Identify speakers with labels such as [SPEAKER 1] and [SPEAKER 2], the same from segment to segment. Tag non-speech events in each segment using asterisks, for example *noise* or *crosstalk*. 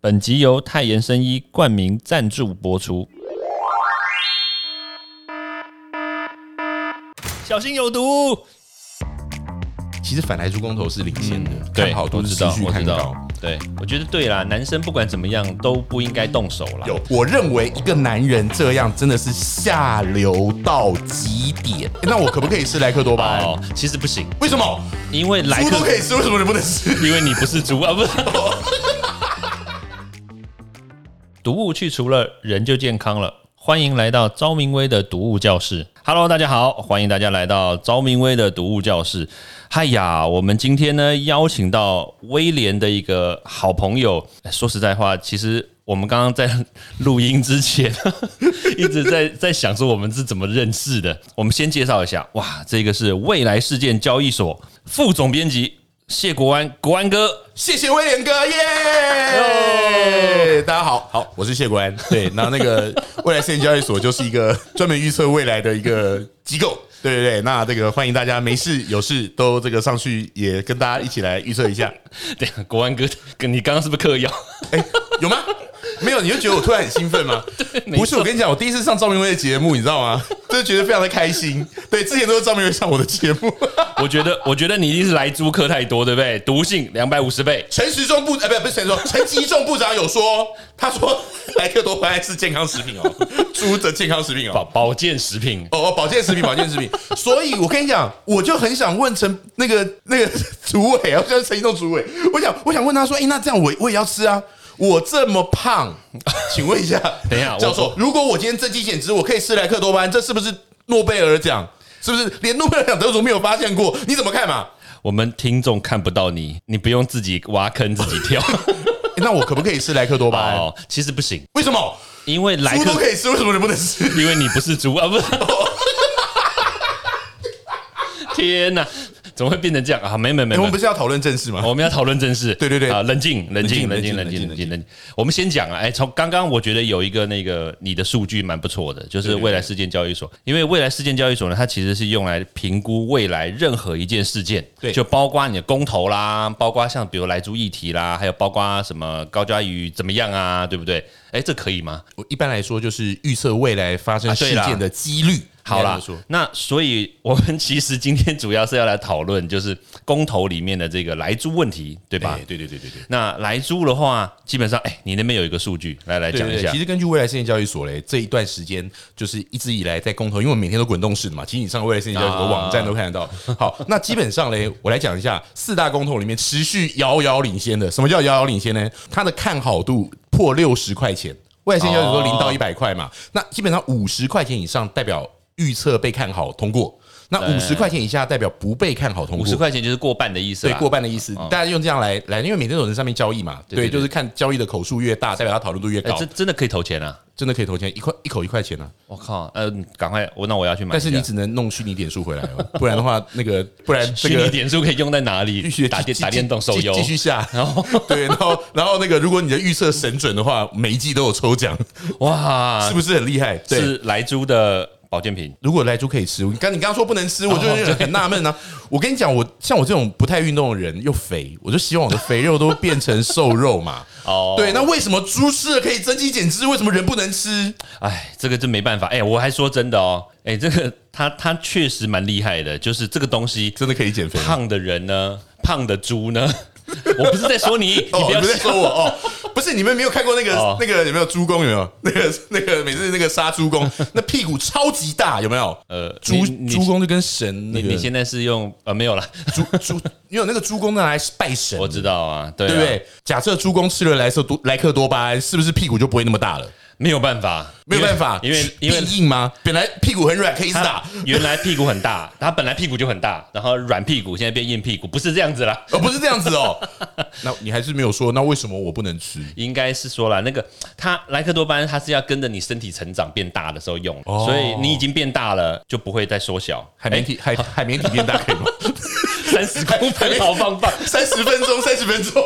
[SPEAKER 1] 本集由泰妍生医冠名赞助播出。小心有毒！
[SPEAKER 2] 其实反来猪公投是领先的，
[SPEAKER 1] 嗯对
[SPEAKER 2] 看，好
[SPEAKER 1] 我
[SPEAKER 2] 多是
[SPEAKER 1] 知
[SPEAKER 2] 持
[SPEAKER 1] 道，
[SPEAKER 2] 续
[SPEAKER 1] 我
[SPEAKER 2] 看
[SPEAKER 1] 知
[SPEAKER 2] 高
[SPEAKER 1] 道。。对，我觉得对啦，男生不管怎么样都不应该动手啦。
[SPEAKER 2] 有，我认为一个男人这样真的是下流到极点。那我可不可以吃莱克多巴胺？
[SPEAKER 1] 哦，其实不行，
[SPEAKER 2] 为什么？
[SPEAKER 1] 因为来
[SPEAKER 2] 猪
[SPEAKER 1] 客
[SPEAKER 2] 都可以吃，为什么你不能吃？
[SPEAKER 1] *laughs* 因为你不是猪啊，不是。毒物去除了，人就健康了。欢迎来到昭明威的毒物教室。Hello，大家好，欢迎大家来到昭明威的毒物教室。嗨呀，我们今天呢邀请到威廉的一个好朋友。哎说实在话，其实我们刚刚在录音之前 *laughs* 一直在在想说我们是怎么认识的。我们先介绍一下，哇，这个是未来事件交易所副总编辑谢国安，国安哥。
[SPEAKER 2] 谢谢威廉哥，
[SPEAKER 1] 哦
[SPEAKER 2] 耶！大家好，好，我是谢国安。对，那那个 *laughs* 未来事件交易所就是一个专门预测未来的一个机构。对对对，那这个欢迎大家没事有事都这个上去也跟大家一起来预测一下。
[SPEAKER 1] 对，国安哥，跟你刚刚是不是嗑药？
[SPEAKER 2] 哎、有吗？没有，你就觉得我突然很兴奋
[SPEAKER 1] *laughs*
[SPEAKER 2] 吗？
[SPEAKER 1] 没
[SPEAKER 2] 不是，
[SPEAKER 1] 错
[SPEAKER 2] 我跟你讲，我第一次上赵明威的节目，你知道吗？就觉得非常的开心。对，之前都是赵明威上我的节目，
[SPEAKER 1] 我觉得，我觉得你一定是来租客太多，对不对？毒性两百五十倍，
[SPEAKER 2] 陈时中部呃，不不是陈时中，陈吉仲部长有说，他说莱克多巴胺是健康食品哦，猪的健康食品
[SPEAKER 1] 保
[SPEAKER 2] 哦。
[SPEAKER 1] 保健食品。
[SPEAKER 2] 哦哦，保健食品，保健食 *laughs* 品。所以我跟你讲，我就很想问陈那个 *laughs* 那个主委啊，我想陈吉仲主委，我想我想问他说，哎、那这样我我也要吃啊。我这么 *laughs* 胖，请问一下，
[SPEAKER 1] 等一下我
[SPEAKER 2] 教授，如果我今天增肌减脂，我可以吃莱克多巴胺，这是不是诺贝尔奖？是不是连诺贝尔奖得主没有发现过？你怎么看嘛？
[SPEAKER 1] 我们听众看不到你，你不用自己挖坑自己跳。 *laughs*
[SPEAKER 2] 诶 *laughs* 那我可不可以吃莱克多巴胺？
[SPEAKER 1] 哦，其实不行，
[SPEAKER 2] 为什么？
[SPEAKER 1] 因为来
[SPEAKER 2] 猪都
[SPEAKER 1] 客，
[SPEAKER 2] 可以吃，为什么你不能 *laughs* 吃？
[SPEAKER 1] 因为你不是猪啊，不是。 *laughs* 天哪，怎么会变成这样啊？没没没
[SPEAKER 2] 哎诶我们不
[SPEAKER 1] 没。
[SPEAKER 2] 是要讨论正事吗？
[SPEAKER 1] 哦我们要讨论正事，
[SPEAKER 2] *laughs* 对对对
[SPEAKER 1] 啊，冷静，冷静，冷
[SPEAKER 2] 冷
[SPEAKER 1] 静，冷静，
[SPEAKER 2] 静冷静
[SPEAKER 1] 冷静，冷静。我们先讲啊，哎，从刚刚我觉得有一个那个你的数据蛮不错的，就是未来事件交易所，因为未来事件交易所呢，它其实是用来评估未来任何一件事件，
[SPEAKER 2] 对
[SPEAKER 1] 就包括你的公投啦，包括像比如来猪议题啦，还有包括什么高嘉瑜怎么样啊，对不对？哎，这可以吗？
[SPEAKER 2] 我一般来说就是预测未来发生
[SPEAKER 1] 啊对
[SPEAKER 2] 事
[SPEAKER 1] 啦
[SPEAKER 2] 件的几率。
[SPEAKER 1] 好啦
[SPEAKER 2] 应该这么说，
[SPEAKER 1] 那所以我们其实今天主要是要来讨论，就是公投里面的这个来猪问题，对吧？
[SPEAKER 2] 诶哎对对对对对。
[SPEAKER 1] 那来租的话，基本上，哎、你那边有一个数据，来来
[SPEAKER 2] 对
[SPEAKER 1] 讲
[SPEAKER 2] 对
[SPEAKER 1] 一
[SPEAKER 2] 对，
[SPEAKER 1] 下
[SPEAKER 2] 其。实根据未来事件交易所嘞，这一段时间就是一直以来在公投，因为我们每天都滚动式的嘛，其实你上未来事件交易所的网站都看
[SPEAKER 1] *laughs*
[SPEAKER 2] 得到。好，那基本上嘞，我来讲一下四大公投里面持续遥遥领先的，什么叫遥遥领先呢？它的看好度破六十块钱，未来事件交易所
[SPEAKER 1] 哦
[SPEAKER 2] 零到一百块嘛，那基本上五十块钱以上代表预测被看好通过，那五十块钱以下代表不被看好通
[SPEAKER 1] 哎五
[SPEAKER 2] 过
[SPEAKER 1] 十。块钱就是过半的意思
[SPEAKER 2] 对
[SPEAKER 1] 啦。哦
[SPEAKER 2] 过半的意思，大家用这样来来，因为每天都有人上面交易嘛，
[SPEAKER 1] 对
[SPEAKER 2] 对，
[SPEAKER 1] 对
[SPEAKER 2] 就是看交易的口数越大，代表它讨论度越
[SPEAKER 1] 哎、
[SPEAKER 2] 高。
[SPEAKER 1] 这真的可以投钱啊！
[SPEAKER 2] 真的可以投钱，一块一口一块钱啊！
[SPEAKER 1] 我靠，嗯、赶快，我那我要去买一
[SPEAKER 2] 但
[SPEAKER 1] 下。
[SPEAKER 2] 是你只能弄虚拟点数回来哦， *laughs* 不然的话，那个不然
[SPEAKER 1] *laughs*
[SPEAKER 2] 这
[SPEAKER 1] 虚拟
[SPEAKER 2] 个
[SPEAKER 1] 点数可以用在哪里
[SPEAKER 2] *laughs* 必须？
[SPEAKER 1] 打电
[SPEAKER 2] 继
[SPEAKER 1] 打电动手
[SPEAKER 2] 继
[SPEAKER 1] 游
[SPEAKER 2] 继。续下，
[SPEAKER 1] *laughs*
[SPEAKER 2] 然后 *laughs* 对，然后然后那个如果你的预测神准的话，每一季都有
[SPEAKER 1] *laughs*
[SPEAKER 2] 抽奖，
[SPEAKER 1] 哇
[SPEAKER 2] 是，不是很厉害？对。
[SPEAKER 1] 啊是来租的保健品。
[SPEAKER 2] 如果来猪可以吃，我刚你刚刚说不能吃，我就
[SPEAKER 1] 哦
[SPEAKER 2] 有点很纳闷啊。我跟你讲，我像我这种不太运动的人又肥，我就希望我的肥肉都变成瘦肉嘛。
[SPEAKER 1] *laughs* 哦
[SPEAKER 2] 对，那为什么猪吃了可以增肌减脂，为什么人不能吃？
[SPEAKER 1] 哎，这个真没办法。哎、我还说真的哦，哎、这个他他确实蛮厉害的，就是这个东西，
[SPEAKER 2] 真的可以减肥吗？
[SPEAKER 1] 胖的人呢，胖的猪呢， *laughs* 我不是在说你，你
[SPEAKER 2] *laughs* 哦，
[SPEAKER 1] 不要
[SPEAKER 2] 你们在
[SPEAKER 1] 笑
[SPEAKER 2] 说我哦， *laughs* 不是你们没有看过那个、
[SPEAKER 1] 哦
[SPEAKER 2] 那个有没有猪公有没有 *laughs* 那个那个每次那个杀猪公 *laughs* 那屁股超级大有没有？
[SPEAKER 1] 呃，
[SPEAKER 2] 猪
[SPEAKER 1] 你你
[SPEAKER 2] 猪公就跟神那
[SPEAKER 1] 你
[SPEAKER 2] 个
[SPEAKER 1] 你现在是用呃没有了，
[SPEAKER 2] 猪猪，因为那个猪公拿来拜神，
[SPEAKER 1] 我知道啊，对啊
[SPEAKER 2] 对不对？假设猪公吃了莱克多莱克多巴胺，是不是屁股就不会那么大了？
[SPEAKER 1] 没有办法，
[SPEAKER 2] 没有办法，
[SPEAKER 1] 因为因为因为
[SPEAKER 2] 变硬吗？本来屁股很软，可以一直啊
[SPEAKER 1] 他
[SPEAKER 2] 打。
[SPEAKER 1] 原来屁股很大，他本来屁股就很大，然后软屁股，现在变硬屁股，不是这样子啦。
[SPEAKER 2] 哦，不是这样子
[SPEAKER 1] *laughs*
[SPEAKER 2] 哦，那你还是没有说，那为什么我不能吃？
[SPEAKER 1] 应该是说啦，那个他莱克多巴胺，它是要跟着你身体成长变大的时候用，
[SPEAKER 2] 哦
[SPEAKER 1] 所以你已经变大了，就不会再缩小。哎
[SPEAKER 2] 海绵体、海海绵体变大可以吗？ *laughs*
[SPEAKER 1] 三十公分好棒棒，
[SPEAKER 2] 三十分钟，三十分钟。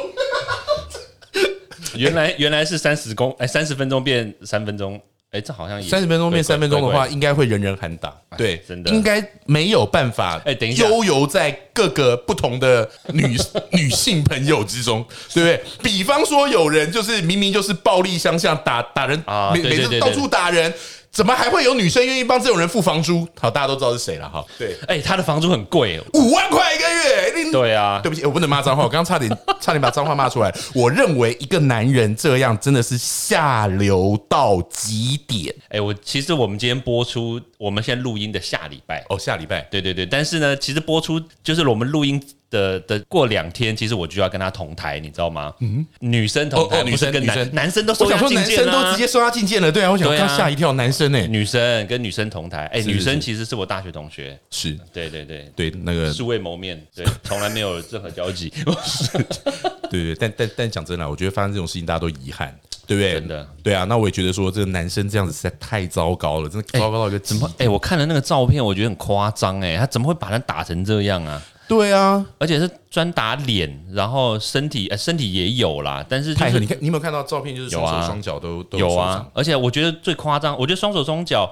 [SPEAKER 1] 原来原来是三十公哎，三十分钟变三分钟，哎，这好像也
[SPEAKER 2] 三十分钟变
[SPEAKER 1] 怪
[SPEAKER 2] 三分钟的
[SPEAKER 1] 怪怪
[SPEAKER 2] 话，应该会人人喊打。对，
[SPEAKER 1] 哎真的
[SPEAKER 2] 应该没有办法。
[SPEAKER 1] 哎等一下
[SPEAKER 2] 悠游在各个不同的女 *laughs* 女性朋友之中，对不对？比方说，有人就是明明就是暴力相向，打打人
[SPEAKER 1] 啊
[SPEAKER 2] 每
[SPEAKER 1] 对
[SPEAKER 2] 每
[SPEAKER 1] 对
[SPEAKER 2] 次
[SPEAKER 1] 对
[SPEAKER 2] 到
[SPEAKER 1] 对
[SPEAKER 2] 处打人，怎么还会有女生愿意帮这种人付房租？好，大家都知道是谁了哈。对，
[SPEAKER 1] 哎、他的房租很贵哦。
[SPEAKER 2] 五万块一个月，你
[SPEAKER 1] 对啊，
[SPEAKER 2] 嗯对不起，我不能骂脏话，我刚刚差点差点把脏话骂出来。我认为一个男人这样真的是下流到极点。
[SPEAKER 1] 哎、我其实我们今天播出，我们现在录音的下礼拜，
[SPEAKER 2] 哦，下礼拜
[SPEAKER 1] 对对对，但是呢，其实播出就是我们录音的的过两天，其实我就要跟他同台，你知道吗？嗯，女生同台，
[SPEAKER 2] 哦哦女生
[SPEAKER 1] 不是跟
[SPEAKER 2] 女生
[SPEAKER 1] 男男生都
[SPEAKER 2] 我
[SPEAKER 1] 收
[SPEAKER 2] 想
[SPEAKER 1] 押
[SPEAKER 2] 说
[SPEAKER 1] 禁
[SPEAKER 2] 男
[SPEAKER 1] 见
[SPEAKER 2] 生
[SPEAKER 1] 啦、
[SPEAKER 2] 都直接收他进见了，对啊，我想
[SPEAKER 1] 对啊嗯
[SPEAKER 2] 刚吓一跳，男生欸呢、
[SPEAKER 1] 女生跟女生同台，哎、
[SPEAKER 2] 是
[SPEAKER 1] 女生其实是我大学同学，
[SPEAKER 2] 是
[SPEAKER 1] 对对对。
[SPEAKER 2] 对那个
[SPEAKER 1] 素未谋面，对，从来没有任何交集。
[SPEAKER 2] 对对，但但但讲真的，我觉得发生这种事情大家都遗憾，对不对？
[SPEAKER 1] 真的，
[SPEAKER 2] 对啊，那我也觉得说这个男生这样子实在太糟糕了，真的糟糕到一个怎么？
[SPEAKER 1] 哎、我看了那个照片，我觉得很夸张哎，他怎么会把他打成这样啊？
[SPEAKER 2] 对啊，
[SPEAKER 1] 而且是专打脸，然后身体、呃、身体也有啦，但是就
[SPEAKER 2] 太
[SPEAKER 1] 是
[SPEAKER 2] 狠！你看你有没有看到照片？就是双
[SPEAKER 1] 有啊
[SPEAKER 2] 手双脚都都
[SPEAKER 1] 有
[SPEAKER 2] 受
[SPEAKER 1] 啊
[SPEAKER 2] 伤，，
[SPEAKER 1] 而且我觉得最夸张，我觉得双手双脚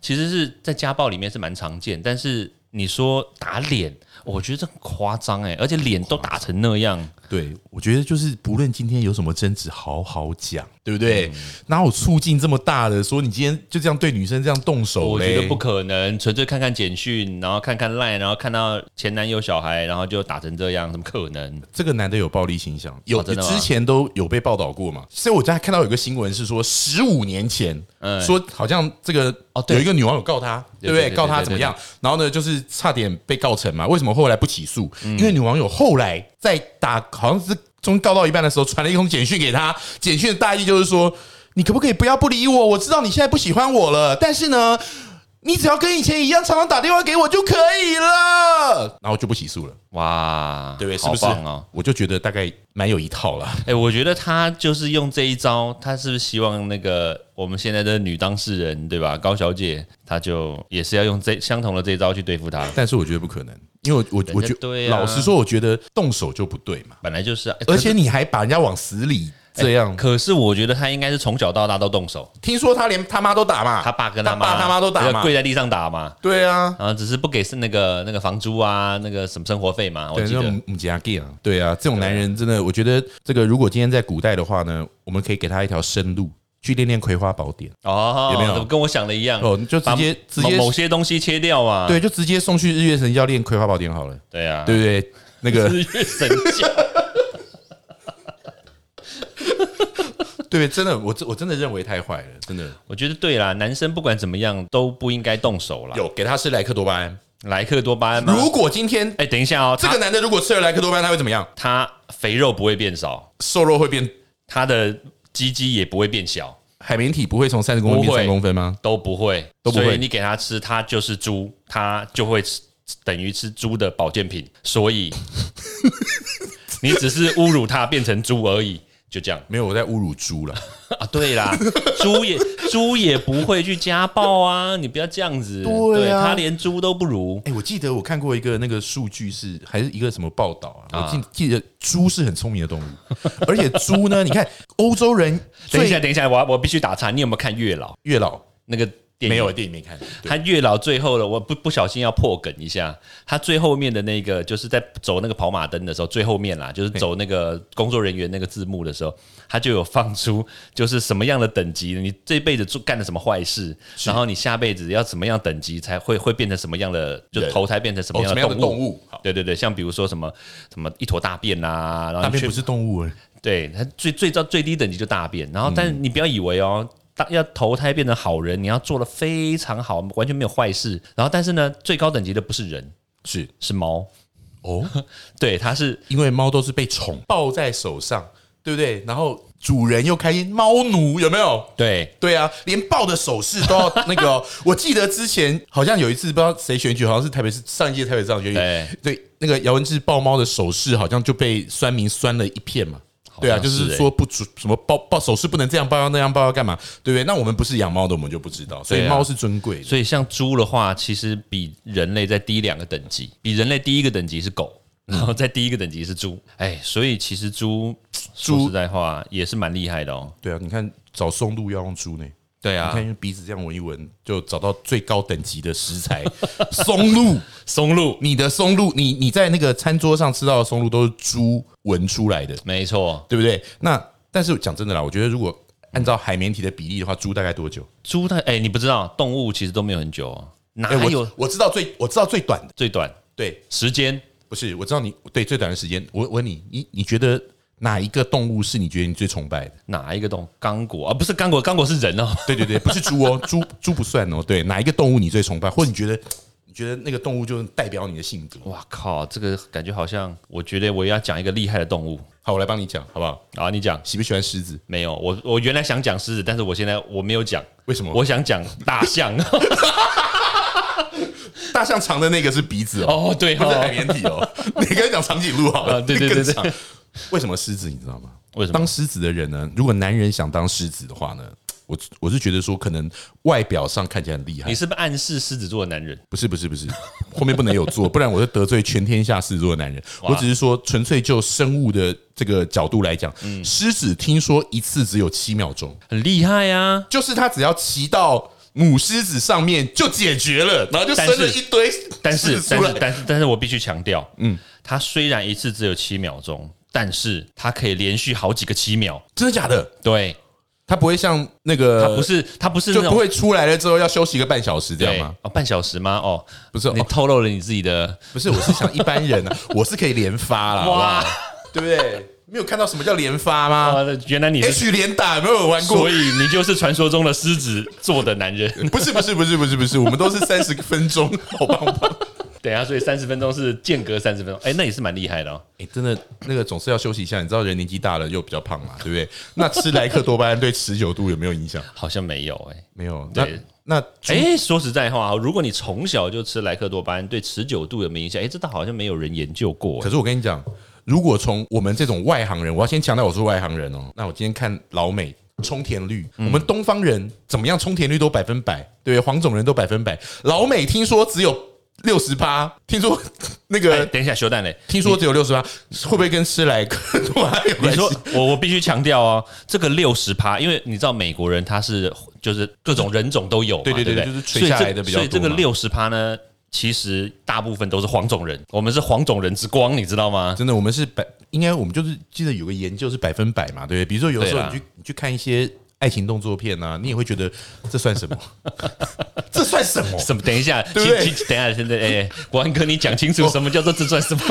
[SPEAKER 1] 其实是在家暴里面是蛮常见，但是你说打脸，我觉得这很夸张哎，而且脸都打成那样，
[SPEAKER 2] 对，我觉得就是不论今天有什么争执，好好讲，对
[SPEAKER 1] 嗯
[SPEAKER 2] 不对？哪有促进这么大的？说你今天就这样对女生这样动手
[SPEAKER 1] 我
[SPEAKER 2] 嘞？
[SPEAKER 1] 觉得不可能，纯粹看看简讯，然后看看 line，然后看到前男友小孩，然后就打成这样，怎么可能？
[SPEAKER 2] 这个男的有暴力倾向，有、
[SPEAKER 1] 哦真的吗
[SPEAKER 2] 之前都有被报道过嘛？所以我刚才看到有一个新闻是说，十五年前，
[SPEAKER 1] 嗯
[SPEAKER 2] 说好像这个
[SPEAKER 1] 哦对
[SPEAKER 2] 有一个女网友告他，对
[SPEAKER 1] 对
[SPEAKER 2] 不
[SPEAKER 1] 对
[SPEAKER 2] 对？
[SPEAKER 1] 对
[SPEAKER 2] 告他
[SPEAKER 1] 对对
[SPEAKER 2] 怎么样？然后呢，就是差点被告成嘛。为什么后来不起诉？因为女网友后来在打，好像是终于告到一半的时候，传了一封简讯给他，简讯的大意就是说，你可不可以不要不理我？我知道你现在不喜欢我了，但是呢。你只要跟以前一样，常常打电话给我就可以了，然后就不起诉了。
[SPEAKER 1] 哇，
[SPEAKER 2] 对不对？是
[SPEAKER 1] 好
[SPEAKER 2] 不是？
[SPEAKER 1] 棒哦！
[SPEAKER 2] 我就觉得大概蛮有一套啦。 *laughs*
[SPEAKER 1] 哎、我觉得他就是用这一招，他是不是希望那个我们现在的女当事人对吧，高小姐，她就也是要用这相同的这一招去对付他？
[SPEAKER 2] 但是我觉得不可能，因为我我我
[SPEAKER 1] 人
[SPEAKER 2] 觉
[SPEAKER 1] 家对啊
[SPEAKER 2] 老实说，我觉得动手就不对嘛，
[SPEAKER 1] 本来就是、啊，
[SPEAKER 2] 而且你还把人家往死里这样。
[SPEAKER 1] 可是我觉得他应该是从小到大都动手，
[SPEAKER 2] 听说他连他妈都打嘛，
[SPEAKER 1] 他爸跟他妈、
[SPEAKER 2] 他爸他妈都打嘛
[SPEAKER 1] 跪，在地上打嘛，
[SPEAKER 2] 对啊，
[SPEAKER 1] 然后只是不给是那个那个房租啊，那个什么生活费嘛，我
[SPEAKER 2] 对，
[SPEAKER 1] 记
[SPEAKER 2] 那
[SPEAKER 1] 得。
[SPEAKER 2] 种母家 gay 啊，对啊，这种男人真的，我觉得这个如果今天在古代的话呢，我们可以给他一条生路，去练练《葵花宝典》
[SPEAKER 1] 哦，
[SPEAKER 2] 有没有
[SPEAKER 1] 怎么跟我想的一样？
[SPEAKER 2] 哦，就直
[SPEAKER 1] 把
[SPEAKER 2] 接直
[SPEAKER 1] 某
[SPEAKER 2] 接
[SPEAKER 1] 某些东西切掉嘛。
[SPEAKER 2] 对，就直接送去日月神教练《葵花宝典》好了，
[SPEAKER 1] 对啊， *laughs*
[SPEAKER 2] 对不对？那个
[SPEAKER 1] 日月神教。
[SPEAKER 2] 对，真的，我真我真的认为太坏了，真的
[SPEAKER 1] 我觉得对啦，男生不管怎么样都不应该动手啦。
[SPEAKER 2] 有给他吃莱克多巴胺。
[SPEAKER 1] 莱克多巴胺吗？
[SPEAKER 2] 如果今天
[SPEAKER 1] 哎，等一下哦，
[SPEAKER 2] 这
[SPEAKER 1] 这
[SPEAKER 2] 个
[SPEAKER 1] 个
[SPEAKER 2] 男的如果吃了莱克多巴胺，他会怎么样？
[SPEAKER 1] 他肥肉不会变少，
[SPEAKER 2] 瘦肉会变，
[SPEAKER 1] 他的鸡鸡也不会变小，
[SPEAKER 2] 海绵体不会从三十公分
[SPEAKER 1] 不
[SPEAKER 2] 变
[SPEAKER 1] 会
[SPEAKER 2] 三公分吗？
[SPEAKER 1] 都不会，
[SPEAKER 2] 都不会
[SPEAKER 1] 所以你给它吃，它就是猪，它就会吃，等于吃猪的保健品。所
[SPEAKER 2] *laughs*
[SPEAKER 1] 以你只是侮辱它变成猪而已，就
[SPEAKER 2] *laughs*
[SPEAKER 1] 这样
[SPEAKER 2] 没有，我在侮辱猪了。
[SPEAKER 1] 啊。对啦，猪也猪也不会去家暴啊，你不要这样子。
[SPEAKER 2] 对啊
[SPEAKER 1] 它连猪都不如。
[SPEAKER 2] *laughs* 哎、我记得我看过一个那个数据是还是一个什么报道啊？我记记得猪是很聪明的动物， *laughs* 而且猪呢，你看欧洲 *laughs* 人
[SPEAKER 1] 等一下，
[SPEAKER 2] 最
[SPEAKER 1] 等一下，我我必须打岔。你有没有看月老
[SPEAKER 2] 月老
[SPEAKER 1] 那个电影？
[SPEAKER 2] 没有电影没看，对 *laughs*
[SPEAKER 1] 他月老最后了，我不不小心要破梗一下，他最后面的那个就是在走那个跑马灯的时候，最后面啦，就是走那个工作人员那个字幕的时候，他就有放出就是什么样的等级，你这辈子做干了什么坏事，然后你下辈子要怎么样等级才会会变成什么样的，就
[SPEAKER 2] 人
[SPEAKER 1] 投胎变成什么
[SPEAKER 2] 哦什
[SPEAKER 1] 样的
[SPEAKER 2] 么样的
[SPEAKER 1] 动物。
[SPEAKER 2] 动物？好，
[SPEAKER 1] 对对对，像比如说什么什么一坨大便啊，然后
[SPEAKER 2] 大
[SPEAKER 1] 你
[SPEAKER 2] 便
[SPEAKER 1] 去
[SPEAKER 2] 不是动物了，
[SPEAKER 1] 对，它最最到最低等级就大便，然后但是你不要以为哦。当要投胎变成好人，你要做的非常好，完全没有坏事。然后，但是呢，最高等级的不是人，
[SPEAKER 2] 是
[SPEAKER 1] 是猫。
[SPEAKER 2] 哦，
[SPEAKER 1] 对，它是
[SPEAKER 2] 因为猫都是被宠抱在手上，对不对？然后主人又开心，猫奴有没有？
[SPEAKER 1] 对
[SPEAKER 2] 对啊，连抱的手势都要那个
[SPEAKER 1] *laughs*
[SPEAKER 2] 哦、我记得之前好像有一次不知道谁选举，好像是台北市上一届台北市长选举，
[SPEAKER 1] 对
[SPEAKER 2] 对，那个姚文智抱猫的手势好像就被酸民酸了一片嘛。对啊，
[SPEAKER 1] 好
[SPEAKER 2] 就
[SPEAKER 1] 像是欸
[SPEAKER 2] 是说不准什么抱抱手势不能这样抱，要那样抱要干嘛？对不对？那我们不是养猫的，我们就不知道，所以
[SPEAKER 1] 对啊
[SPEAKER 2] 猫是尊贵的。
[SPEAKER 1] 所以像猪的话，其实比人类再低两个等级，比人类第一个等级是狗，
[SPEAKER 2] 嗯
[SPEAKER 1] 然后再第一个等级是猪。哎，所以其实猪说实在话也是蛮厉害的哦。
[SPEAKER 2] 对啊，你看找松露要用猪呢，
[SPEAKER 1] 对
[SPEAKER 2] 你
[SPEAKER 1] 啊
[SPEAKER 2] 看，，用鼻子这样闻一闻，就找到最高等级的
[SPEAKER 1] *laughs*
[SPEAKER 2] 食材松露。
[SPEAKER 1] 松露，
[SPEAKER 2] 你的松露，你你在那个餐桌上吃到的松露都是猪闻出来的，
[SPEAKER 1] 没错，
[SPEAKER 2] 对不对？那但是讲真的啦，我觉得如果按照海绵体的比例的话，猪大概多久？
[SPEAKER 1] 猪它哎，你不知道，动物其实都没有很久哦，哪
[SPEAKER 2] 哎，
[SPEAKER 1] 有
[SPEAKER 2] 我我知道最我知道最短的，
[SPEAKER 1] 最短
[SPEAKER 2] 对，
[SPEAKER 1] 时间？
[SPEAKER 2] 不是我知道你对最短的时间。我我问你，你你觉得哪一个动物是你觉得你最崇拜的？
[SPEAKER 1] 哪一个动物？刚果啊，不是刚果，刚果是人哦。 *laughs*
[SPEAKER 2] 对对对，不是猪哦，猪猪不算哦。对，哪一个动物你最崇拜，或者你觉得你觉得那个动物就是代表你的性格？
[SPEAKER 1] 哇靠，这个感觉好像，我觉得我要讲一个厉害的动物
[SPEAKER 2] 好，我来帮你讲，好不好？
[SPEAKER 1] 啊！你讲
[SPEAKER 2] 喜不喜欢狮子？
[SPEAKER 1] 没有？我我原来想讲狮子，但是我现在我没有讲，
[SPEAKER 2] 为什么？
[SPEAKER 1] 我想讲大
[SPEAKER 2] *laughs*
[SPEAKER 1] 象。
[SPEAKER 2] 大象长的那个是鼻子哦，
[SPEAKER 1] 哦，对
[SPEAKER 2] 不是海
[SPEAKER 1] 哦，
[SPEAKER 2] 绵体哦。 *laughs* 你刚才讲长颈鹿好了，
[SPEAKER 1] 啊对对对对
[SPEAKER 2] 那更长。为什么狮子？你知道吗？
[SPEAKER 1] 为什么？
[SPEAKER 2] 当狮子的人呢，如果男人想当狮子的话呢，我我是觉得说，可能外表上看起来很厉害
[SPEAKER 1] 你，是不是暗示狮子座的男人？
[SPEAKER 2] 不是不是不是，后面不能有做，不然我就得罪全天下狮子座的男人。我只是说，纯粹就生物的这个角度来讲，
[SPEAKER 1] 嗯
[SPEAKER 2] 狮子听说一次只有七秒钟，
[SPEAKER 1] 很厉害啊！
[SPEAKER 2] 就是它只要骑到。母狮子上面就解决了，然后就生
[SPEAKER 1] 但
[SPEAKER 2] 了
[SPEAKER 1] 是
[SPEAKER 2] 一堆
[SPEAKER 1] 但
[SPEAKER 2] 狮
[SPEAKER 1] 是
[SPEAKER 2] 子
[SPEAKER 1] 但
[SPEAKER 2] 出来
[SPEAKER 1] 是但是但是我必须强调，嗯，它虽然一次只有七秒钟，但是它可以连续好几个七秒。
[SPEAKER 2] 真的假的？
[SPEAKER 1] 对，
[SPEAKER 2] 它不会像那个，
[SPEAKER 1] 它不是它不是
[SPEAKER 2] 呃就
[SPEAKER 1] 那
[SPEAKER 2] 不
[SPEAKER 1] 种
[SPEAKER 2] 会出来了之后要休息个半小时这样
[SPEAKER 1] 对
[SPEAKER 2] 吗？
[SPEAKER 1] 哦，半小时吗？哦，
[SPEAKER 2] 不是
[SPEAKER 1] 你
[SPEAKER 2] 哦
[SPEAKER 1] 透露了你自己的
[SPEAKER 2] 不是，我是想一般
[SPEAKER 1] *laughs*
[SPEAKER 2] 人啊，我是可以连发啦，哇
[SPEAKER 1] 哇，
[SPEAKER 2] 对不对？没有看到什么叫连发吗
[SPEAKER 1] 啊，原来你是，
[SPEAKER 2] ？H 连打有没有玩过
[SPEAKER 1] 所？以你就是传说中的狮子座的男
[SPEAKER 2] *laughs*
[SPEAKER 1] 人。
[SPEAKER 2] 不是不是不是不是不是，我们都是三十分钟，好棒
[SPEAKER 1] *laughs*
[SPEAKER 2] 棒！
[SPEAKER 1] 等一下，所以三十分钟是间隔三十分钟，哎，那也是蛮厉害的哦。
[SPEAKER 2] 哎、真的，那个总是要休息一下。你知道人年纪大了又比较胖嘛，对不对？那吃莱克多巴胺对持久度有没有影响？
[SPEAKER 1] 好像没有哎。
[SPEAKER 2] 没有。那
[SPEAKER 1] 对
[SPEAKER 2] 那猪
[SPEAKER 1] 哎，说实在话，如果你从小就吃莱克多巴胺，对持久度有没有影响？哎，这倒好像没有人研究过
[SPEAKER 2] 可。是我跟你讲，如果从我们这种外行人，我要先强调我是外行人哦。那我今天看老美充填率，
[SPEAKER 1] 嗯
[SPEAKER 2] 我们东方人怎么样充填率都百分百，对不对，黄种人都百分百，老美听说只有六十八，听说 *laughs* 那
[SPEAKER 1] 哎，
[SPEAKER 2] 个。
[SPEAKER 1] 等一下，修蛋嘞，
[SPEAKER 2] 听说只有六十八，会不会跟吃来克多巴胺有
[SPEAKER 1] 你
[SPEAKER 2] 关系？
[SPEAKER 1] 说我我必须强调哦，这个六十趴，因为你知道美国人他是就是各种人种都有嘛，
[SPEAKER 2] 对对
[SPEAKER 1] 对
[SPEAKER 2] 对
[SPEAKER 1] 不
[SPEAKER 2] 就是垂下来的比较
[SPEAKER 1] 所以这所以这
[SPEAKER 2] 多
[SPEAKER 1] 个
[SPEAKER 2] 嘛
[SPEAKER 1] 六十趴呢，其实大部分都是黄种人，我们是黄种人之光，你知道吗？
[SPEAKER 2] 真的，我们是百，应该我们就是记得有个研究是百分百嘛，对不对？比如说有的时
[SPEAKER 1] 对啊
[SPEAKER 2] 候
[SPEAKER 1] 啦
[SPEAKER 2] 你去你去看一些爱情动作片啊，你也会觉得这
[SPEAKER 1] *laughs*
[SPEAKER 2] 算什么？这算什么？
[SPEAKER 1] 什么？等一 *laughs* 下，
[SPEAKER 2] 对不对
[SPEAKER 1] 请请等一下，现在哎，国安哥，你讲清楚什么叫做这算什么？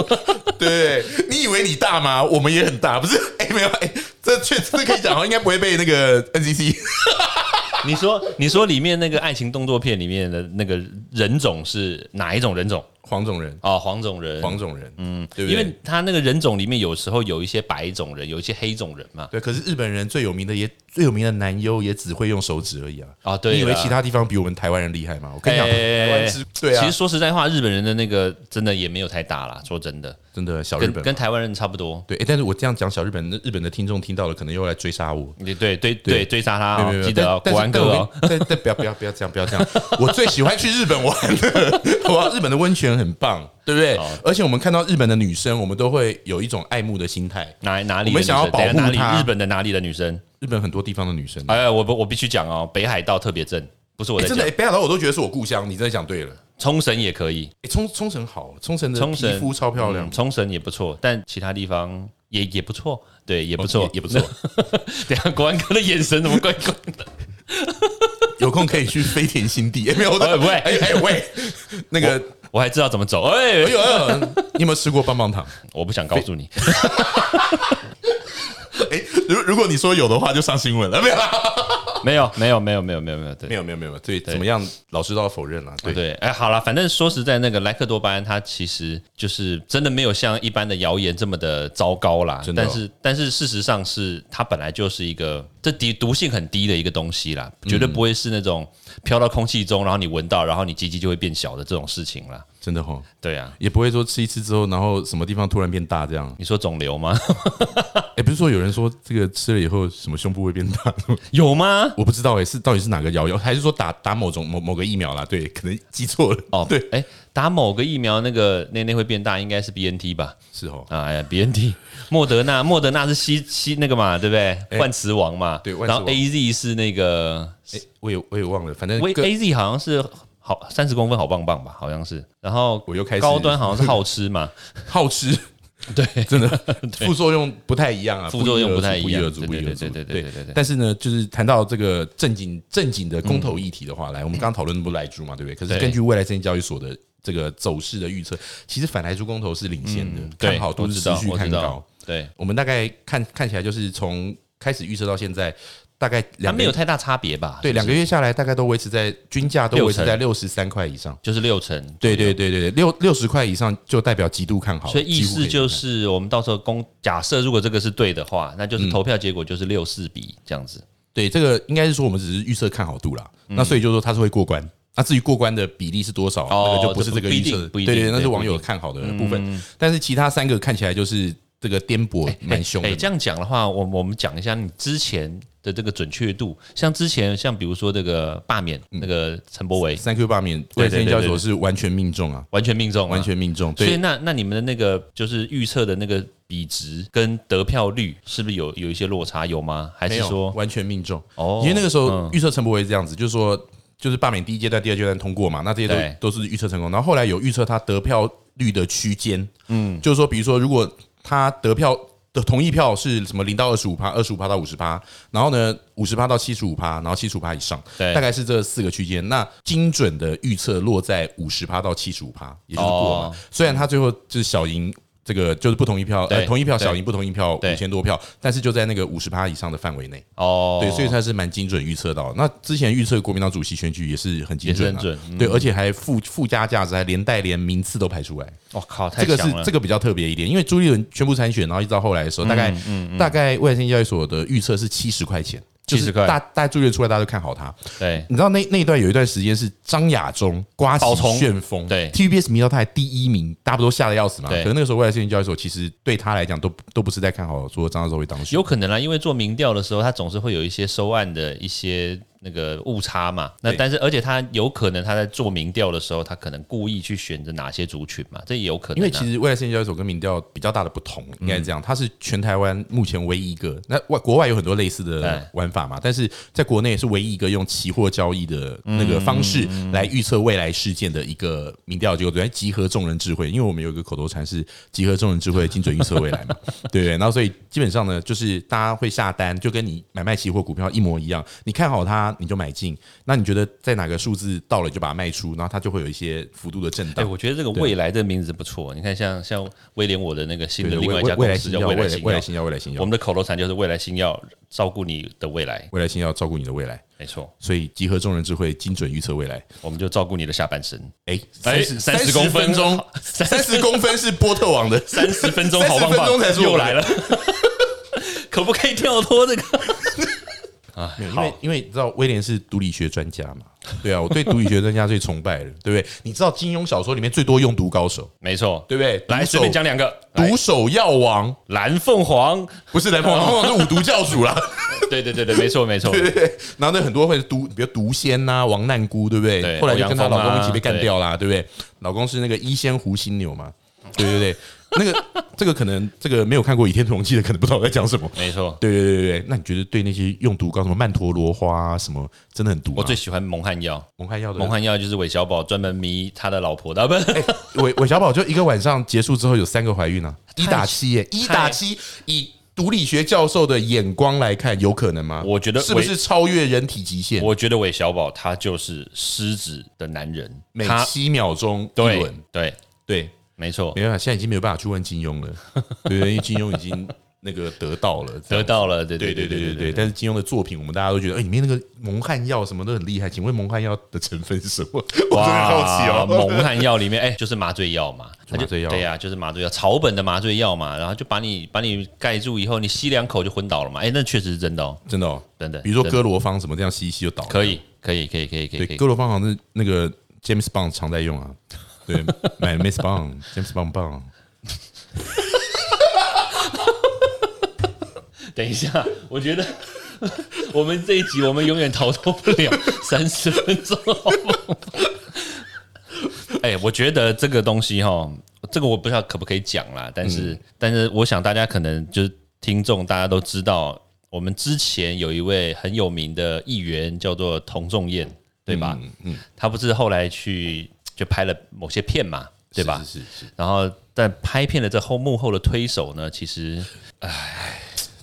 [SPEAKER 2] 对你以为你大吗？我们也很大，不是？哎、没有，哎、这确实可以讲哦，应该不会被那个 NCC
[SPEAKER 1] *laughs* 你说你说里面那个爱情动作片里面的那个人种是哪一种人种？
[SPEAKER 2] 黄种人，
[SPEAKER 1] 哦，黄种人。
[SPEAKER 2] 黄种人，嗯，对不
[SPEAKER 1] 因
[SPEAKER 2] 对
[SPEAKER 1] 为？他那个人种里面有时候有一些白种人，有一些黑种人嘛。
[SPEAKER 2] 对，可是日本人最有名的也最有名的男优也只会用手指而已啊！
[SPEAKER 1] 啊对啦
[SPEAKER 2] 你以为其他地方比我们台湾人厉害吗？我跟你讲，
[SPEAKER 1] 哎
[SPEAKER 2] 台湾是对啊，
[SPEAKER 1] 其实说实在话，日本人的那个真的也没有太大啦。说真的，
[SPEAKER 2] 真的哦小日
[SPEAKER 1] 跟
[SPEAKER 2] 本
[SPEAKER 1] 跟台湾人差不多。
[SPEAKER 2] 对，哎，但是我这样讲小日本，那日本的听众听到了，可能又来追杀我。
[SPEAKER 1] 你对对对，追杀他
[SPEAKER 2] 没有没
[SPEAKER 1] 哦，
[SPEAKER 2] 有
[SPEAKER 1] 记得哦，
[SPEAKER 2] 但
[SPEAKER 1] 国安哥哦。，
[SPEAKER 2] 但是但但不要不要不要这样，不要这样。我最喜欢去日本玩了，哇，日本的温泉很棒，对不对
[SPEAKER 1] 好？
[SPEAKER 2] 而且我们看到日本的女生，我们都会有一种爱慕的心态。
[SPEAKER 1] 哪哪里的
[SPEAKER 2] 我
[SPEAKER 1] 女
[SPEAKER 2] 们想要
[SPEAKER 1] 生？等一下
[SPEAKER 2] 保
[SPEAKER 1] 哪
[SPEAKER 2] 护
[SPEAKER 1] 里？
[SPEAKER 2] 她
[SPEAKER 1] 日本的哪里的女生？
[SPEAKER 2] 日本很多地方的女生，
[SPEAKER 1] 哎，我不我必须讲哦，北海道特别正，不是我
[SPEAKER 2] 诶
[SPEAKER 1] 在
[SPEAKER 2] 啊哎真
[SPEAKER 1] 讲
[SPEAKER 2] 的，，诶北海道我都觉得是我故乡。你真的讲对了，
[SPEAKER 1] 冲绳也可以，
[SPEAKER 2] 诶冲冲绳好，冲绳的
[SPEAKER 1] 冲
[SPEAKER 2] 皮
[SPEAKER 1] 绳
[SPEAKER 2] 肤超漂亮
[SPEAKER 1] 嗯，冲绳也不错，但其他地方也也不错，对，也不错
[SPEAKER 2] 哦也，也不错。
[SPEAKER 1] *laughs* 等一下国安哥的眼神怎么怪怪？ *laughs*
[SPEAKER 2] 有空可以去飞田新地，诶没有？
[SPEAKER 1] 哎喂
[SPEAKER 2] 哎哎喂，那个，
[SPEAKER 1] 我还知道怎么走，哎
[SPEAKER 2] 哎，呦，哎呦你有没有吃过棒棒糖？
[SPEAKER 1] 我不想告诉你， *laughs*
[SPEAKER 2] 哎，如如果你说有的话，就上新闻了，没有啦？
[SPEAKER 1] 没有没有没有没有没有没有，对
[SPEAKER 2] 没。有没有没有，对，怎么样？老师都要否认了，对。
[SPEAKER 1] 对，哎，好了，反正说实在，那个莱克多巴胺它其实就是真的没有像一般的谣言这么的糟糕啦。
[SPEAKER 2] 真的哦
[SPEAKER 1] 但是但是事实上是它本来就是一个这敌毒性很低的一个东西
[SPEAKER 2] 嗯
[SPEAKER 1] 啦，绝对不会是那种飘到空气中，然后你闻到，然后你鸡鸡就会变小的这种事情啦。
[SPEAKER 2] 真的哦哈，
[SPEAKER 1] 对啊，
[SPEAKER 2] 也不会说吃一次之后，然后什么地方突然变大这样。
[SPEAKER 1] 你说肿瘤吗？ *laughs*
[SPEAKER 2] 哎，不是说有人说这个吃了以后什么胸部会变大， *laughs*
[SPEAKER 1] 有吗？
[SPEAKER 2] 我不知道哎，是到底是哪个谣谣，还是说打打某种某某个疫苗啦？对，可能记错了。
[SPEAKER 1] 哦，
[SPEAKER 2] 对，，
[SPEAKER 1] 哎，打某个疫苗那个内内会变大，应该是 B N T 吧？
[SPEAKER 2] 是哦。
[SPEAKER 1] 啊哎呀，B N T，莫 *laughs* 德纳，莫德纳是西西那个嘛，对不对？万磁王嘛，
[SPEAKER 2] 哎对万磁
[SPEAKER 1] 然
[SPEAKER 2] 王
[SPEAKER 1] 后 A Z 是那个，
[SPEAKER 2] 哎，我也我也忘了，反正
[SPEAKER 1] 喂
[SPEAKER 2] 各
[SPEAKER 1] ，A Z 好像是好三十公分好棒棒吧，好像是。然后
[SPEAKER 2] 我又开始
[SPEAKER 1] 高端好像是好吃
[SPEAKER 2] *laughs*
[SPEAKER 1] 嘛，
[SPEAKER 2] 好吃，
[SPEAKER 1] *laughs* 对，
[SPEAKER 2] 真的副作用不太一样啊，
[SPEAKER 1] 副作用不太一
[SPEAKER 2] 不一
[SPEAKER 1] 样
[SPEAKER 2] 而足，不一而足。
[SPEAKER 1] 对对对对对对对
[SPEAKER 2] 但是呢，就是谈到这个正经正经的公投议题的话，来，我们刚刚讨论不莱猪嘛，对不对？可
[SPEAKER 1] 对
[SPEAKER 2] 是根据未来证券交易所的这个走势的预测，其实反莱猪公投是领先的，
[SPEAKER 1] 对
[SPEAKER 2] 看好度
[SPEAKER 1] 我
[SPEAKER 2] 是
[SPEAKER 1] 知
[SPEAKER 2] 持
[SPEAKER 1] 道，
[SPEAKER 2] 续
[SPEAKER 1] 我
[SPEAKER 2] 看
[SPEAKER 1] 知
[SPEAKER 2] 高
[SPEAKER 1] 道。，对，
[SPEAKER 2] 我们大概看看起来就是从开始预测到现在，大概
[SPEAKER 1] 它
[SPEAKER 2] 两个
[SPEAKER 1] 没有太大差别吧？
[SPEAKER 2] 对两个月下来，大概都维持在均价都维
[SPEAKER 1] 六
[SPEAKER 2] 持
[SPEAKER 1] 成
[SPEAKER 2] 在六十三块以上。
[SPEAKER 1] 就是六成，
[SPEAKER 2] 对对对对对，六六十块以上就代表极度看好，
[SPEAKER 1] 所以意
[SPEAKER 2] 几乎可
[SPEAKER 1] 思
[SPEAKER 2] 以
[SPEAKER 1] 就是，我们到时候公假设如果这个是对的话，那就是投票结果就是六四比这样子。
[SPEAKER 2] 对，这个应该是说我们只是预测看好度啦。
[SPEAKER 1] 嗯
[SPEAKER 2] 那所以就说它是会过关。那至于过关的比例是多少，
[SPEAKER 1] 哦
[SPEAKER 2] 那个就不是这个预测
[SPEAKER 1] 这不
[SPEAKER 2] 的，
[SPEAKER 1] 不一
[SPEAKER 2] 对
[SPEAKER 1] 定
[SPEAKER 2] 对，那
[SPEAKER 1] 对
[SPEAKER 2] 是
[SPEAKER 1] 不
[SPEAKER 2] 网友
[SPEAKER 1] 一定嗯
[SPEAKER 2] 看好的部分。但是其他三个看起来就是这个颠簸嗯蛮凶
[SPEAKER 1] 哎、
[SPEAKER 2] 的。
[SPEAKER 1] 这样讲的话，我我们讲一下你之前的这个准确度，像之前像比如说这个罢免、
[SPEAKER 2] 嗯
[SPEAKER 1] 那个陈柏维
[SPEAKER 2] 三 Q 罢免，
[SPEAKER 1] 对对
[SPEAKER 2] 卫生
[SPEAKER 1] 对
[SPEAKER 2] 交易
[SPEAKER 1] 对
[SPEAKER 2] 所是完全命中啊，
[SPEAKER 1] 完全命中、
[SPEAKER 2] 完。全命中。
[SPEAKER 1] 所以
[SPEAKER 2] 对，
[SPEAKER 1] 那那你们的那个就是预测的那个比值跟得票率是不是有有一些落差有吗？还
[SPEAKER 2] 没
[SPEAKER 1] 是
[SPEAKER 2] 有
[SPEAKER 1] 说
[SPEAKER 2] 完全命中。
[SPEAKER 1] 哦
[SPEAKER 2] 因为那个时候预测陈柏惟是这样子，就是说，就是罢免第一阶段、第二阶段通过嘛，那这些
[SPEAKER 1] 对
[SPEAKER 2] 都都是预测成功。然后后来有预测他得票率的区间，嗯，就是说，比如说，如果他得票的同意票是什么零到二十五趴，二十五趴到五十趴，然后呢，五十趴到七十五趴，然后七十五趴以上，
[SPEAKER 1] 对
[SPEAKER 2] 大概是这四个区间。那精准的预测落在五十趴到七十五趴，也就是过
[SPEAKER 1] 哦
[SPEAKER 2] 嘛。虽然他最后就是小赢。这个就是不同意票，呃
[SPEAKER 1] 对，
[SPEAKER 2] 同意票
[SPEAKER 1] 对
[SPEAKER 2] 小赢不同意票
[SPEAKER 1] 对
[SPEAKER 2] 五千多票，但是就在那个五十趴以上的范围内。
[SPEAKER 1] 哦，
[SPEAKER 2] 对，所以他是蛮精准预测到。那之前预测国民党主席选举也是很精准、啊，
[SPEAKER 1] 也是很嗯
[SPEAKER 2] 对，而且还附附加价值，还连带连名次都排出来。
[SPEAKER 1] 我靠太
[SPEAKER 2] 这个
[SPEAKER 1] 强
[SPEAKER 2] 是
[SPEAKER 1] 了，嗯
[SPEAKER 2] 这个比较特别一点，因为朱立伦宣布参选，然后一直到后来的时候，大概、大概外星交易所的预测是七十块钱，就是
[SPEAKER 1] 70块
[SPEAKER 2] 大大家朱立伦出来，大家都看好他。
[SPEAKER 1] 对
[SPEAKER 2] 你知道那那一段有一段时间是张亚中刮起
[SPEAKER 1] 爆冲
[SPEAKER 2] 旋风，
[SPEAKER 1] 对
[SPEAKER 2] TVBS 迷到他还第一名，大家不都吓得要死嘛？
[SPEAKER 1] 对
[SPEAKER 2] 可是那个时候未来星交易所其实对他来讲都都不是在看好说张亚中会当选。
[SPEAKER 1] 有可能啦，啊因为做民调的时候，他总是会有一些收案的一些那个误差嘛。那
[SPEAKER 2] 对
[SPEAKER 1] 但是，而且他有可能他在做民调的时候，他可能故意去选择哪些族群嘛，这也有可能啊、嗯
[SPEAKER 2] 因为其实未来线交易所跟民调比较大的不同，应该是这样，它是全台湾目前唯一一个。那外国外有很多类似
[SPEAKER 1] 对
[SPEAKER 2] 的玩法嘛，但是在国内是唯一一个用期货交易的那个方式
[SPEAKER 1] 嗯
[SPEAKER 2] 来预测未来事件的一个民调结果，来集合众人智慧。因为我们有一个口头禅是集合众人智慧，精准预测未来
[SPEAKER 1] *laughs*
[SPEAKER 2] 嘛，对不对？然后所以基本上呢，就是大家会下单，就跟你买卖期货股票一模一样，你看好它你就买进，那你觉得在哪个数字到了你就把它卖出，然后它就会有一些幅度的震
[SPEAKER 1] 哎、
[SPEAKER 2] 荡。
[SPEAKER 1] 我觉得这个未来这个名字不错。你看像，像威廉我的那个新
[SPEAKER 2] 对
[SPEAKER 1] 的
[SPEAKER 2] 对
[SPEAKER 1] 另外一家
[SPEAKER 2] 未
[SPEAKER 1] 公
[SPEAKER 2] 来
[SPEAKER 1] 司
[SPEAKER 2] 新
[SPEAKER 1] 叫
[SPEAKER 2] 药，未
[SPEAKER 1] 未
[SPEAKER 2] 来
[SPEAKER 1] 来新
[SPEAKER 2] 未
[SPEAKER 1] 药
[SPEAKER 2] 来，新药，未来新
[SPEAKER 1] 我
[SPEAKER 2] 药，
[SPEAKER 1] 们的口头禅就是未来新药照顾你的未来，
[SPEAKER 2] 未来新药照顾你的未来，
[SPEAKER 1] 没错，
[SPEAKER 2] 所以集合众人智慧，精准预测未来。
[SPEAKER 1] 我们就照顾你的下半身。
[SPEAKER 2] 哎，
[SPEAKER 1] 哎
[SPEAKER 2] 30
[SPEAKER 1] 30公分哦
[SPEAKER 2] 钟，三十公分是波特王的，
[SPEAKER 1] 三十分钟好棒
[SPEAKER 2] 30分
[SPEAKER 1] 棒
[SPEAKER 2] 钟才，是我
[SPEAKER 1] 又
[SPEAKER 2] 们
[SPEAKER 1] 来了， *laughs* 可不可以跳脱这个？啊，
[SPEAKER 2] 因
[SPEAKER 1] 好
[SPEAKER 2] 为。因为你知道威廉是毒理学专家嘛？对啊，我对毒理学专家最崇拜了，对不对？你知道金庸小说里面最多用毒高手，
[SPEAKER 1] 没错，
[SPEAKER 2] 对不对？
[SPEAKER 1] 来，
[SPEAKER 2] 毒手
[SPEAKER 1] 随便讲两个，来
[SPEAKER 2] 毒手药王
[SPEAKER 1] 蓝凤凰，*laughs*
[SPEAKER 2] 不是蓝凤凰，蓝凤凰是五毒教主啦。
[SPEAKER 1] 对对对对，没错没错，
[SPEAKER 2] 对， *laughs* 然后那很多会毒，比如毒仙呐、王难姑，对不
[SPEAKER 1] 对
[SPEAKER 2] 对？后来就跟她
[SPEAKER 1] 欧阳
[SPEAKER 2] 老
[SPEAKER 1] 锋啊
[SPEAKER 2] 公一起被干掉啦，对不对？老公是那个一仙胡犀牛嘛，对对对，那个这个可能这个没有看过《倚天屠龙记》的，可能不知道我在讲什么。
[SPEAKER 1] 没错。
[SPEAKER 2] 对对对对对，那你觉得对那些用毒膏什么曼陀罗花、啊、什么，真的很毒吗？
[SPEAKER 1] 我最喜欢蒙汗药，
[SPEAKER 2] 蒙汗药的
[SPEAKER 1] 蒙汗药就是韦小宝专门迷他的老婆的，啊不是
[SPEAKER 2] 韦韦小宝就一个晚上结束之后有三个怀孕啊，一打七耶，一打七以。毒理学教授的眼光来看，有可能吗？
[SPEAKER 1] 我觉得
[SPEAKER 2] 是不
[SPEAKER 1] 韦
[SPEAKER 2] 是超越人体极
[SPEAKER 1] *laughs*
[SPEAKER 2] 限？
[SPEAKER 1] 我觉得韦小宝他就是狮子的男人，
[SPEAKER 2] 每
[SPEAKER 1] 他
[SPEAKER 2] 七秒钟一
[SPEAKER 1] 对
[SPEAKER 2] 轮，
[SPEAKER 1] 对，
[SPEAKER 2] 对，
[SPEAKER 1] 没错，
[SPEAKER 2] 没办法，现在已经没有办法去问金
[SPEAKER 1] *laughs*
[SPEAKER 2] 庸了，对不对？因为金庸已经那个得到了，这
[SPEAKER 1] 得
[SPEAKER 2] 样。
[SPEAKER 1] 到了，对
[SPEAKER 2] 对
[SPEAKER 1] 对
[SPEAKER 2] 对
[SPEAKER 1] 对
[SPEAKER 2] 对
[SPEAKER 1] 对
[SPEAKER 2] 对对，
[SPEAKER 1] 对
[SPEAKER 2] 但是金庸的作品，我们大家都觉得，哎，里面那个蒙汗药什么都很厉害。请问蒙汗药的成分是什么？我 *laughs* 真的好奇哦。
[SPEAKER 1] 蒙汗药里面，哎，就是麻醉药嘛，
[SPEAKER 2] 就麻醉药
[SPEAKER 1] 对呀，就是麻醉药，草本的麻醉药嘛，然后就把你把你盖住以后，你吸两口就昏倒了嘛，哎，那确实是真的哦，
[SPEAKER 2] 真的哦，
[SPEAKER 1] 真的
[SPEAKER 2] 比如说
[SPEAKER 1] 真
[SPEAKER 2] 哥罗芳什么这样吸一吸就倒了。
[SPEAKER 1] 可以可以可以可以可以可
[SPEAKER 2] 对，
[SPEAKER 1] 以，
[SPEAKER 2] 哥罗芳好像是那个 James Bond 常在用啊。
[SPEAKER 1] *laughs*
[SPEAKER 2] 对，买 Miss Bond、James Bond 棒，
[SPEAKER 1] 等一下， *laughs* 我觉得我们这一集我们永远逃脱不 *laughs* 了三十分钟，好不好？哎、我觉得这个东西哈，这个我不知道可不可以讲啦，但是、但是我想大家可能就是听众，大家都知道，我们之前有一位很有名的议员叫做童仲彦，对吧？
[SPEAKER 2] 嗯嗯，
[SPEAKER 1] 他不是后来去就拍了某些片嘛，对吧？
[SPEAKER 2] 是是是是，
[SPEAKER 1] 然后但拍片的这后幕后的推手呢，其实，哎，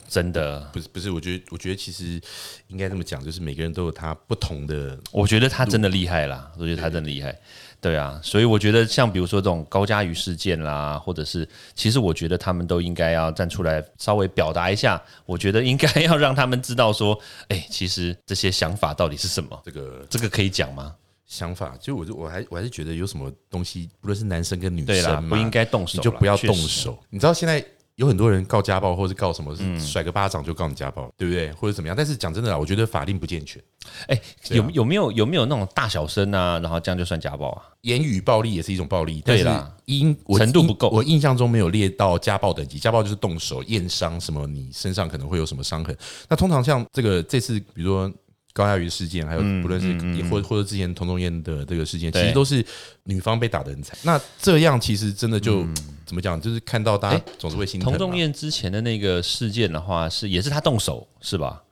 [SPEAKER 1] 真的，
[SPEAKER 2] 不是不是，我觉得我觉得其实应该这么讲，就是每个人都有他不同的
[SPEAKER 1] 我觉得他真的厉害啦，我觉得他真的厉害。对啊，所以我觉得像比如说这种高佳瑜事件啦，或者是其实我觉得他们都应该要站出来稍微表达一下，我觉得应该要让他们知道说， *laughs* 哎、其实这些想法到底是什么，
[SPEAKER 2] 这个
[SPEAKER 1] 这个可以讲吗？
[SPEAKER 2] 想法，就我就我还我还是觉得有什么东西，不论是男生跟女
[SPEAKER 1] 对啦，
[SPEAKER 2] 生嘛，
[SPEAKER 1] 不应该动手
[SPEAKER 2] 你
[SPEAKER 1] 啦，
[SPEAKER 2] 就不要
[SPEAKER 1] 确
[SPEAKER 2] 动
[SPEAKER 1] 实。
[SPEAKER 2] 手。你知道现在有很多人告家暴，或是告什么，
[SPEAKER 1] 嗯
[SPEAKER 2] 是甩个巴掌就告你家暴，对不对？或者怎么样？但是讲真的啦，我觉得法令不健全，
[SPEAKER 1] 哎、有有没有有没有那种大小声啊，然后这样就算家暴啊？
[SPEAKER 2] 言语暴力也是一种暴力，但
[SPEAKER 1] 对
[SPEAKER 2] 是
[SPEAKER 1] 啦
[SPEAKER 2] 因我
[SPEAKER 1] 程度不够
[SPEAKER 2] 我印象中没有列到家暴等级，家暴就是动手、验伤什么，你身上可能会有什么伤痕。那通常像这个这次，比如说。高亚瑜事件，还有不论是也或或者之前童仲彦的这个事件，其
[SPEAKER 1] 嗯对
[SPEAKER 2] 实都是女方被打得很惨。那这样其实真的就怎么讲，就是看到大家
[SPEAKER 1] 哎
[SPEAKER 2] 总是会心疼
[SPEAKER 1] 嗯
[SPEAKER 2] 嘛。
[SPEAKER 1] 童仲彦之前的那个事件的话，是也是他动手是吧？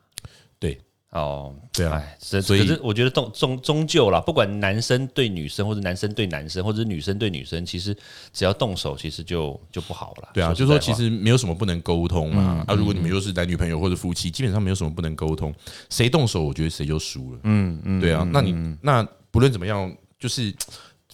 [SPEAKER 2] 对
[SPEAKER 1] 哦，
[SPEAKER 2] 对啊
[SPEAKER 1] 哎，这
[SPEAKER 2] 所以
[SPEAKER 1] 可是我觉得终终终究啦，不管男生对女生，或者男生对男生，或者是女生对女生，其实只要动手，其实就就不好了。
[SPEAKER 2] 对啊，就
[SPEAKER 1] 实
[SPEAKER 2] 是说
[SPEAKER 1] 在
[SPEAKER 2] 其
[SPEAKER 1] 话
[SPEAKER 2] 实没有什么不能沟通嘛。啊，如果你们又是男女朋友或者夫妻，基本上没有什么不能沟通，谁动手，我觉得谁就输了。嗯嗯，对啊，那你那不论怎么样，就是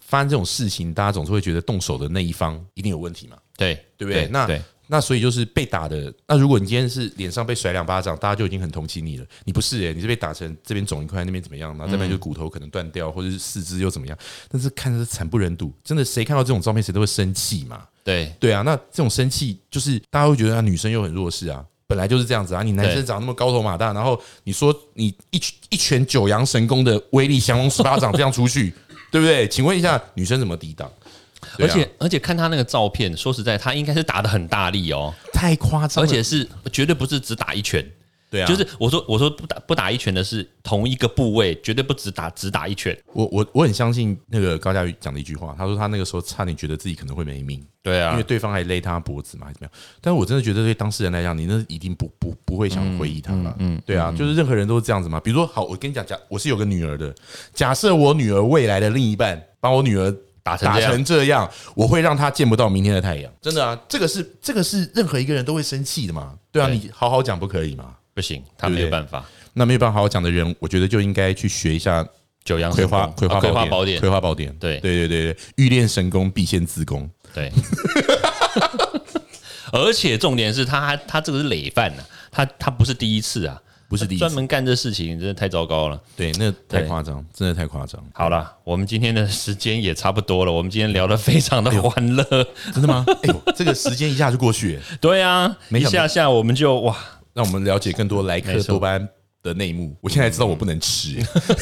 [SPEAKER 2] 发生这种事情，大家总是会觉得动手的那一方一定有问题嘛。
[SPEAKER 1] 对
[SPEAKER 2] 对不对那
[SPEAKER 1] 对
[SPEAKER 2] 那所以就是被打的，那如果你今天是脸上被甩两巴掌，大家就已经很同情你了。你不是诶、你是被打成这边肿一块，那边怎么样，然后这边就骨头可能断掉，或者是四肢又怎么样。但是看着是惨不忍睹，真的谁看到这种照片谁都会生气嘛。
[SPEAKER 1] 对
[SPEAKER 2] 对啊，那这种生气就是大家会觉得啊，女生又很弱势啊，本来就是这样子啊。你男生
[SPEAKER 1] 对
[SPEAKER 2] 长那么高头马大，然后你说你一拳一拳九阳神功的威力降龙十八掌这样出去， *laughs* 对不对？请问一下，女生怎么抵挡？对
[SPEAKER 1] 而
[SPEAKER 2] 啊
[SPEAKER 1] 且而且看他那个照片，说实在，他应该是打的很大力哦，
[SPEAKER 2] 太夸张
[SPEAKER 1] 而
[SPEAKER 2] 了，
[SPEAKER 1] 且是绝对不是只打一拳，
[SPEAKER 2] 对啊，
[SPEAKER 1] 就是我说我说不打不打一拳的是同一个部位，绝对不只打只打一拳。
[SPEAKER 2] 我我我很相信那个高佳瑜讲的一句话，他说他那个时候差点觉得自己可能会没命，
[SPEAKER 1] 对
[SPEAKER 2] 因为对啊方还勒他脖子嘛，还是怎么样？但我真的觉得对当事人来讲，你那一定不不不会想回忆他了。嗯，对啊，就是任何人都是这样子嘛。比如说，好，我跟你讲，假我是有个女儿的，假设我女儿未来的另一半把我女儿打
[SPEAKER 1] 成这样
[SPEAKER 2] 成这样，我会让她见不到明天的太阳。真的啊，这个是这个是任何一个人都会生气的嘛。对啊，
[SPEAKER 1] 对
[SPEAKER 2] 你好好讲不可以嘛？
[SPEAKER 1] 不行，他
[SPEAKER 2] 对不
[SPEAKER 1] 没有
[SPEAKER 2] 对
[SPEAKER 1] 办法。
[SPEAKER 2] 那没有办法好好讲的人，我觉得就应该去学一下
[SPEAKER 1] 九阳
[SPEAKER 2] 葵
[SPEAKER 1] 神
[SPEAKER 2] 花
[SPEAKER 1] 功
[SPEAKER 2] 葵花
[SPEAKER 1] 啊葵花
[SPEAKER 2] 宝
[SPEAKER 1] 宝典
[SPEAKER 2] 葵，花宝典，
[SPEAKER 1] 对
[SPEAKER 2] 对对对对，欲练神功，必先自宫。
[SPEAKER 1] 对。 *laughs* 而且重点是他他这个是累犯呐、他他不是第一次啊，
[SPEAKER 2] 不是第一次
[SPEAKER 1] 专门干这事情，真的太糟糕了。
[SPEAKER 2] 对，那太
[SPEAKER 1] 对
[SPEAKER 2] 夸张，真的太夸张，
[SPEAKER 1] 好了，我们今天的时间也差不多了，我们今天聊得非常的欢
[SPEAKER 2] *laughs*
[SPEAKER 1] 乐，
[SPEAKER 2] 真
[SPEAKER 1] *laughs*
[SPEAKER 2] 的吗？哎呦，这个时间一下就过去了，
[SPEAKER 1] 对啊，
[SPEAKER 2] 没
[SPEAKER 1] 一
[SPEAKER 2] 想到
[SPEAKER 1] 下下我们就哇，
[SPEAKER 2] 让我们了解更多莱克
[SPEAKER 1] 没错
[SPEAKER 2] 多巴胺的内幕。我现在知道我不能吃，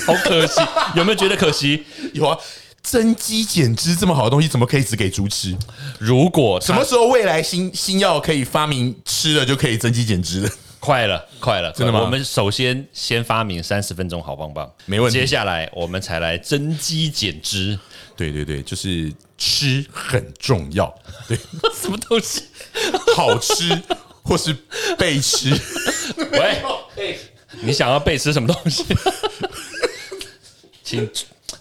[SPEAKER 1] 好可惜，有没有觉得可惜？
[SPEAKER 2] *laughs* 有啊，增肌减脂这么好的东西，怎么可以只给猪吃？
[SPEAKER 1] 如果
[SPEAKER 2] 什么时候未来新新药可以发明吃了就可以增肌减脂的？ *laughs*
[SPEAKER 1] 快了，快了，
[SPEAKER 2] 真的吗
[SPEAKER 1] 我们首先先发明三十分钟好棒棒，
[SPEAKER 2] 没问题
[SPEAKER 1] 接下来我们才来增肌减
[SPEAKER 2] *laughs*
[SPEAKER 1] 脂，
[SPEAKER 2] 对对对，就是吃很重要，对，
[SPEAKER 1] 什么东西？
[SPEAKER 2] 好吃或是被吃。
[SPEAKER 1] 喂，你想要被吃什么东
[SPEAKER 2] *laughs*
[SPEAKER 1] 西？请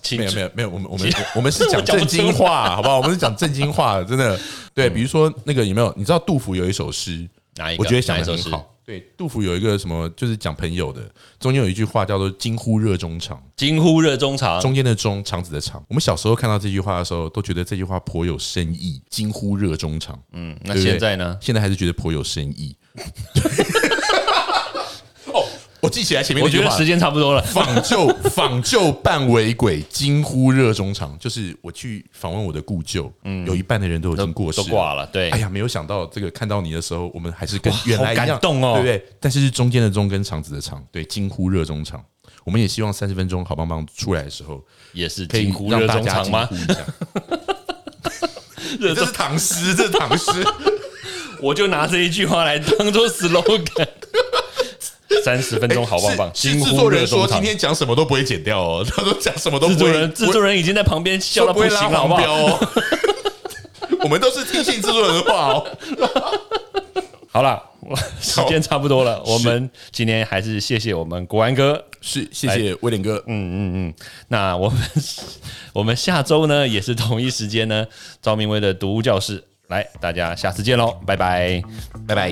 [SPEAKER 1] 请
[SPEAKER 2] 没有没有没有，我们我们我们是讲正经话，好不好？我们是讲正经话，真的。对，比如说那个有没有？你知道杜甫有一首诗，
[SPEAKER 1] 嗯哪一个？
[SPEAKER 2] 我觉得想
[SPEAKER 1] 哪一
[SPEAKER 2] 的
[SPEAKER 1] 首
[SPEAKER 2] 很
[SPEAKER 1] 诗？
[SPEAKER 2] 好。对，杜甫有一个什么，就是讲朋友的，中间有一句话叫做“惊呼热衷肠
[SPEAKER 1] 惊呼热衷”，肠，
[SPEAKER 2] 中间的“中”肠子的“肠”。我们小时候看到这句话的时候，都觉得这句话颇有深意，“惊呼热衷肠”。嗯，
[SPEAKER 1] 那现在呢？
[SPEAKER 2] 现在还是觉得颇有深
[SPEAKER 1] *laughs*
[SPEAKER 2] 意。哦，我记起来前面
[SPEAKER 1] 我
[SPEAKER 2] 那句
[SPEAKER 1] 觉得
[SPEAKER 2] 话了
[SPEAKER 1] 时间差不多了。
[SPEAKER 2] 仿旧仿旧半为鬼，惊呼热衷肠。 *laughs* 就是我去访问我的故旧，有一半的人都已经过世
[SPEAKER 1] 嗯都挂了对
[SPEAKER 2] 哎呀，没有想到这个看到你的时候，我们还是跟
[SPEAKER 1] 哇
[SPEAKER 2] 原来一样，
[SPEAKER 1] 好感动哦
[SPEAKER 2] 对不对？但是是中间的中跟肠子的肠，对，惊呼热衷肠。我们也希望三十分钟好棒棒出来的时候，
[SPEAKER 1] 也是
[SPEAKER 2] 可以
[SPEAKER 1] 惊呼
[SPEAKER 2] 让
[SPEAKER 1] 热
[SPEAKER 2] 大
[SPEAKER 1] 衷
[SPEAKER 2] 家
[SPEAKER 1] 肠 *laughs*
[SPEAKER 2] 惊
[SPEAKER 1] 吗
[SPEAKER 2] 呼？一下。这是唐诗，这是
[SPEAKER 1] *laughs*
[SPEAKER 2] 唐诗。
[SPEAKER 1] 我就拿这一句话来当做
[SPEAKER 2] *laughs*
[SPEAKER 1] slogan。三十分钟好棒棒！
[SPEAKER 2] 哎是是
[SPEAKER 1] 惊
[SPEAKER 2] 制
[SPEAKER 1] 呼
[SPEAKER 2] 作
[SPEAKER 1] 热
[SPEAKER 2] 人说
[SPEAKER 1] 衷
[SPEAKER 2] 今
[SPEAKER 1] 场。
[SPEAKER 2] 天讲什么都不会剪掉哦，他说讲什么都
[SPEAKER 1] 制
[SPEAKER 2] 不
[SPEAKER 1] 作
[SPEAKER 2] 会，
[SPEAKER 1] 人，制作人已经在旁边笑
[SPEAKER 2] 都
[SPEAKER 1] 到
[SPEAKER 2] 不
[SPEAKER 1] 不
[SPEAKER 2] 会
[SPEAKER 1] 行
[SPEAKER 2] 拉
[SPEAKER 1] 了，好不
[SPEAKER 2] 黄标
[SPEAKER 1] 好？ *laughs*
[SPEAKER 2] 哦。我们都是听信制作人的话哦。
[SPEAKER 1] 好啦，我时间差不多了，我们今天还是谢谢我们国安哥。
[SPEAKER 2] 是，谢谢威廉哥。
[SPEAKER 1] 嗯嗯嗯，那我们 *laughs* 我们下周呢也是同一时间呢，赵明威的读物教室，来，大家下次见喽，拜拜。
[SPEAKER 2] 拜拜。